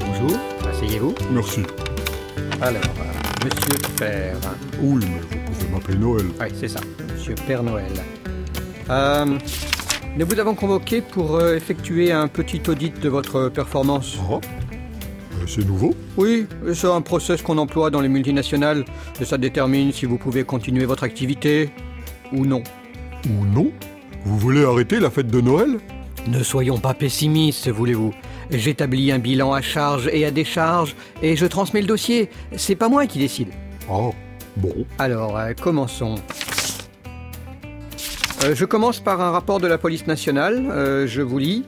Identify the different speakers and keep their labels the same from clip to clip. Speaker 1: Bonjour, asseyez-vous.
Speaker 2: Merci.
Speaker 1: Alors, euh, monsieur Père.
Speaker 2: Oui, mais vous pouvez m'appeler Noël.
Speaker 1: Oui, c'est ça, monsieur Père Noël. Euh, nous vous avons convoqué pour euh, effectuer un petit audit de votre performance.
Speaker 2: Ah Euh, C'est nouveau
Speaker 1: Oui, c'est un process qu'on emploie dans les multinationales. Ça détermine si vous pouvez continuer votre activité ou non.
Speaker 2: Ou non Vous voulez arrêter la fête de Noël
Speaker 1: Ne soyons pas pessimistes, voulez-vous. J'établis un bilan à charge et à décharge et je transmets le dossier. C'est pas moi qui décide.
Speaker 2: Ah, bon.
Speaker 1: Alors, euh, commençons. Euh, je commence par un rapport de la police nationale. Euh, je vous lis.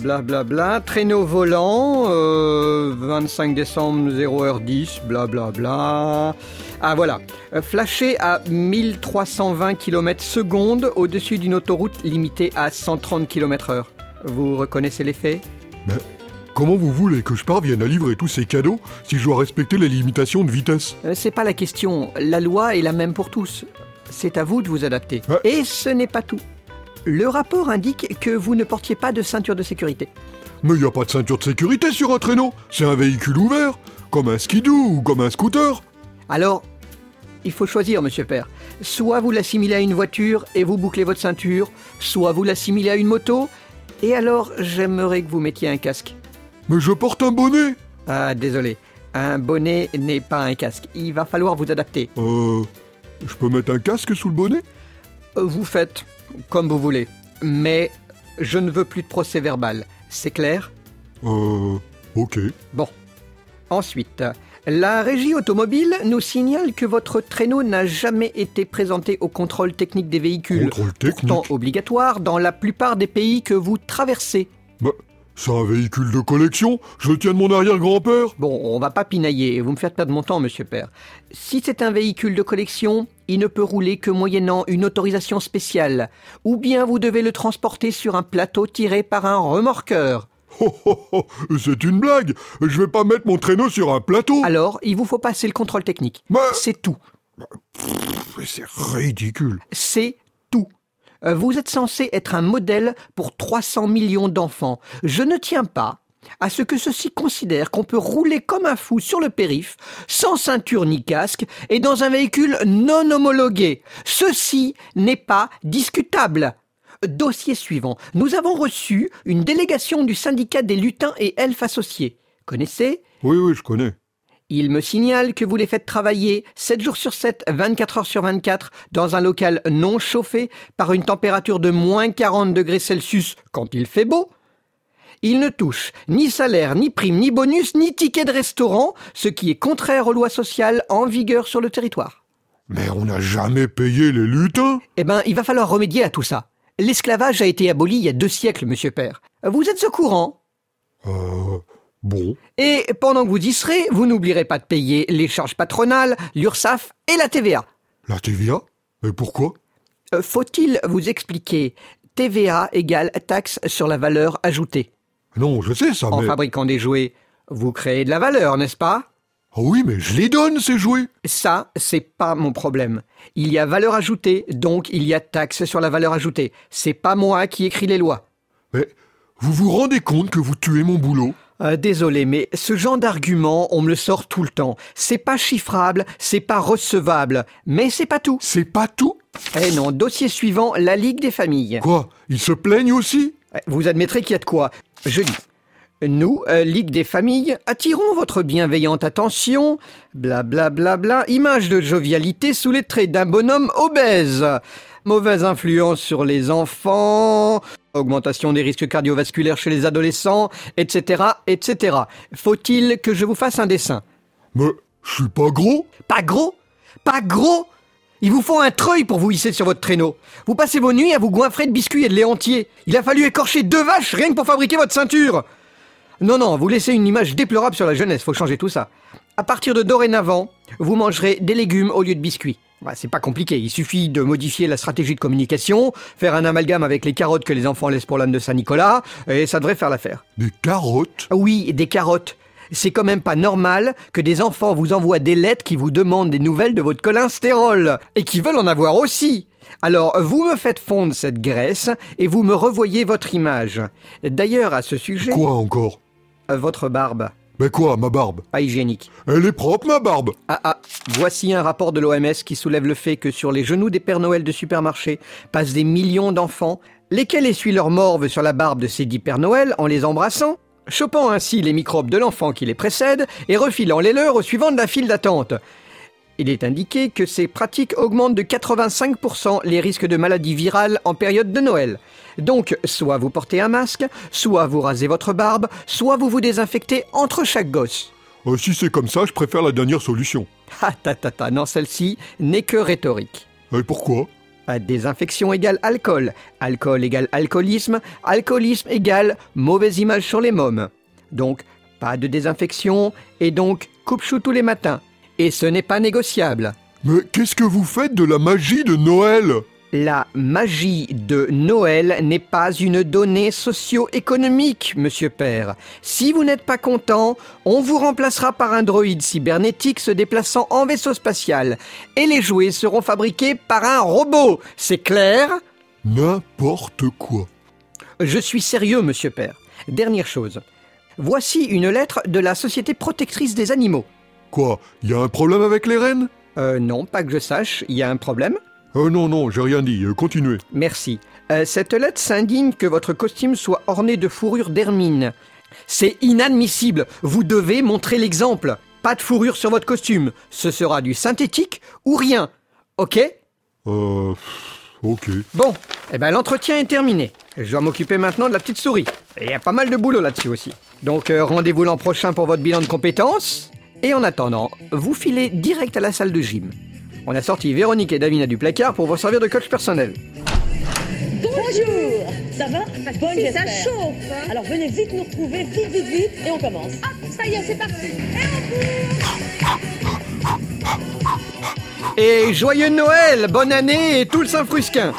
Speaker 1: Blablabla. Traîneau volant. euh, 25 décembre 0h10. Blablabla. Ah voilà. Euh, flashé à 1320 km secondes au-dessus d'une autoroute limitée à 130 km heure. Vous reconnaissez les faits
Speaker 2: Comment vous voulez que je parvienne à livrer tous ces cadeaux si je dois respecter les limitations de vitesse
Speaker 1: Euh, C'est pas la question. La loi est la même pour tous. C'est à vous de vous adapter.
Speaker 2: Ouais.
Speaker 1: Et ce n'est pas tout. Le rapport indique que vous ne portiez pas de ceinture de sécurité.
Speaker 2: Mais il n'y a pas de ceinture de sécurité sur un traîneau C'est un véhicule ouvert Comme un skidoo ou comme un scooter
Speaker 1: Alors, il faut choisir, monsieur Père. Soit vous l'assimilez à une voiture et vous bouclez votre ceinture, soit vous l'assimilez à une moto, et alors j'aimerais que vous mettiez un casque.
Speaker 2: Mais je porte un bonnet
Speaker 1: Ah, désolé. Un bonnet n'est pas un casque. Il va falloir vous adapter.
Speaker 2: Euh... Je peux mettre un casque sous le bonnet
Speaker 1: Euh, Vous faites comme vous voulez. Mais je ne veux plus de procès verbal. C'est clair
Speaker 2: Euh... Ok.
Speaker 1: Bon. Ensuite, la régie automobile nous signale que votre traîneau n'a jamais été présenté au contrôle technique des véhicules.
Speaker 2: Contrôle technique
Speaker 1: Pourtant obligatoire dans la plupart des pays que vous traversez.
Speaker 2: Bah, c'est un véhicule de collection Je le tiens de mon arrière-grand-père
Speaker 1: Bon, on va pas pinailler, vous me faites perdre mon temps, monsieur Père. Si c'est un véhicule de collection, il ne peut rouler que moyennant une autorisation spéciale. Ou bien vous devez le transporter sur un plateau tiré par un remorqueur.
Speaker 2: Oh, oh, oh, c'est une blague Je vais pas mettre mon traîneau sur un plateau
Speaker 1: Alors, il vous faut passer le contrôle technique.
Speaker 2: Mais-
Speaker 1: C'est tout.
Speaker 2: Mais c'est ridicule
Speaker 1: c'est tout. Euh, Vous êtes censé être un modèle pour 300 millions d'enfants. Je ne tiens pas à ce que ceux-ci considèrent qu'on peut rouler comme un fou sur le périph, sans ceinture ni casque, et dans un véhicule non homologué. Ceci n'est pas discutable. Dossier suivant. Nous avons reçu une délégation du syndicat des lutins et elfes associés. Connaissez
Speaker 2: Oui, oui, je connais.
Speaker 1: il me signale que vous les faites travailler 7 jours sur 7, 24 heures sur 24, dans un local non chauffé, par une température de moins 40 degrés Celsius quand il fait beau. Il ne touche ni salaire, ni prime, ni bonus, ni ticket de restaurant, ce qui est contraire aux lois sociales en vigueur sur le territoire.
Speaker 2: Mais on n'a jamais payé les lutins
Speaker 1: Eh ben, il va falloir remédier à tout ça. L'esclavage a été aboli il y a deux siècles, monsieur Père. Vous êtes au courant
Speaker 2: Euh... Bon.
Speaker 1: Et pendant que vous y serez, vous n'oublierez pas de payer les charges patronales, l'URSSAF et la TVA.
Speaker 2: La TVA Mais pourquoi
Speaker 1: Euh, Faut-il vous expliquer TVA égale taxe sur la valeur ajoutée.
Speaker 2: Non, je sais ça,
Speaker 1: En
Speaker 2: Ah, mais...
Speaker 1: fabriquant des jouets, vous créez de la valeur, n'est-ce pas
Speaker 2: Ah oui, mais je les donne, ces jouets
Speaker 1: Ça, c'est pas mon problème. Il y a valeur ajoutée, donc il y a taxe sur la valeur ajoutée. C'est pas moi qui écris les lois.
Speaker 2: Mais vous vous rendez compte que vous tuez mon boulot
Speaker 1: Euh, désolé, mais ce genre d'argument, on me le sort tout le temps. C'est pas chiffrable, c'est pas recevable, mais c'est pas tout.
Speaker 2: C'est pas tout
Speaker 1: Eh non, dossier suivant, la Ligue des familles.
Speaker 2: Quoi Ils se plaignent aussi
Speaker 1: Vous admettrez qu'il y a de quoi. Je lis. Nous, euh, Ligue des familles, attirons votre bienveillante attention, blablabla, bla, bla, image de jovialité sous les traits d'un bonhomme obèse, mauvaise influence sur les enfants, augmentation des risques cardiovasculaires chez les adolescents, etc., etc. Faut-il que je vous fasse un dessin
Speaker 2: Mais je suis pas gros
Speaker 1: Pas gros Pas gros Il vous faut un treuil pour vous hisser sur votre traîneau. Vous passez vos nuits à vous goinfrer de biscuits et de lait entier. Il a fallu écorcher deux vaches rien que pour fabriquer votre ceinture. Non, non, vous laissez une image déplorable sur la jeunesse, faut changer tout ça. À partir de dorénavant, vous mangerez des légumes au lieu de biscuits. Bah, c'est pas compliqué, il suffit de modifier la stratégie de communication, faire un amalgame avec les carottes que les enfants laissent pour l'âne de Saint-Nicolas, et ça devrait faire l'affaire.
Speaker 2: Des carottes
Speaker 1: Oui, des carottes. C'est quand même pas normal que des enfants vous envoient des lettres qui vous demandent des nouvelles de votre cholestérol et qui veulent en avoir aussi. Alors, vous me faites fondre cette graisse et vous me revoyez votre image. D'ailleurs, à ce sujet,
Speaker 2: Quoi encore
Speaker 1: votre barbe.
Speaker 2: Mais quoi, ma barbe
Speaker 1: Pas hygiénique.
Speaker 2: Elle est propre, ma barbe
Speaker 1: Ah ah, voici un rapport de l'OMS qui soulève le fait que sur les genoux des Pères Noël de supermarché passent des millions d'enfants, lesquels essuient leur morve sur la barbe de ces dix Pères Noël en les embrassant, chopant ainsi les microbes de l'enfant qui les précède et refilant les leurs au suivant de la file d'attente. Il est indiqué que ces pratiques augmentent de 85% les risques de maladies virales en période de Noël. Donc, soit vous portez un masque, soit vous rasez votre barbe, soit vous vous désinfectez entre chaque gosse.
Speaker 2: Euh, Si c'est comme ça, je préfère la dernière solution.
Speaker 1: Ah ta ta ta, non, celle-ci n'est que rhétorique.
Speaker 2: Et pourquoi
Speaker 1: Ah, Désinfection égale alcool, alcool égale alcoolisme, alcoolisme égale mauvaise image sur les mômes. Donc, pas de désinfection, et donc coupe-chou tous les matins. Et ce n'est pas négociable.
Speaker 2: Mais qu'est-ce que vous faites de la magie de Noël
Speaker 1: La magie de Noël n'est pas une donnée socio-économique, monsieur Père. Si vous n'êtes pas content, on vous remplacera par un droïde cybernétique se déplaçant en vaisseau spatial. Et les jouets seront fabriqués par un robot, c'est clair
Speaker 2: N'importe quoi.
Speaker 1: Je suis sérieux, monsieur Père. Dernière chose. Voici une lettre de la Société protectrice des animaux.
Speaker 2: Quoi Y a un problème avec les rennes
Speaker 1: Euh, non, pas que je sache, il y a un problème
Speaker 2: Euh, non, non, j'ai rien dit, euh, continuez.
Speaker 1: Merci. Euh, cette lettre s'indigne que votre costume soit orné de fourrure d'hermine. C'est inadmissible. Vous devez montrer l'exemple. Pas de fourrure sur votre costume. Ce sera du synthétique ou rien. Ok
Speaker 2: Euh. pff, Ok.
Speaker 1: Bon, eh ben l'entretien est terminé. Je dois m'occuper maintenant de la petite souris. Et Il y a pas mal de boulot là-dessus aussi. Donc euh, rendez-vous l'an prochain pour votre bilan de compétences. Et en attendant, vous filez direct à la salle de gym. On a sorti Véronique et Davina du placard pour vous servir de coach personnel.
Speaker 3: Bonjour Ça va Bonne
Speaker 4: si, ça
Speaker 3: j'espère.
Speaker 4: chauffe, hein.
Speaker 3: Alors venez vite nous retrouver, vite, vite, vite, et on commence.
Speaker 4: Hop, ça y est, c'est parti.
Speaker 1: Et joyeux Noël, bonne année et tout le Saint-Frusquin